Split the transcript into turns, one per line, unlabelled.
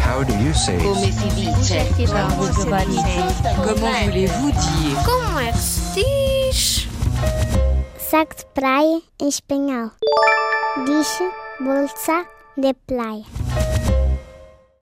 How do you say?
Come si dice?
Comment voulez-vous dire
Como é que se diz?
Saco de praia em espanhol. Diz bolsa de praia.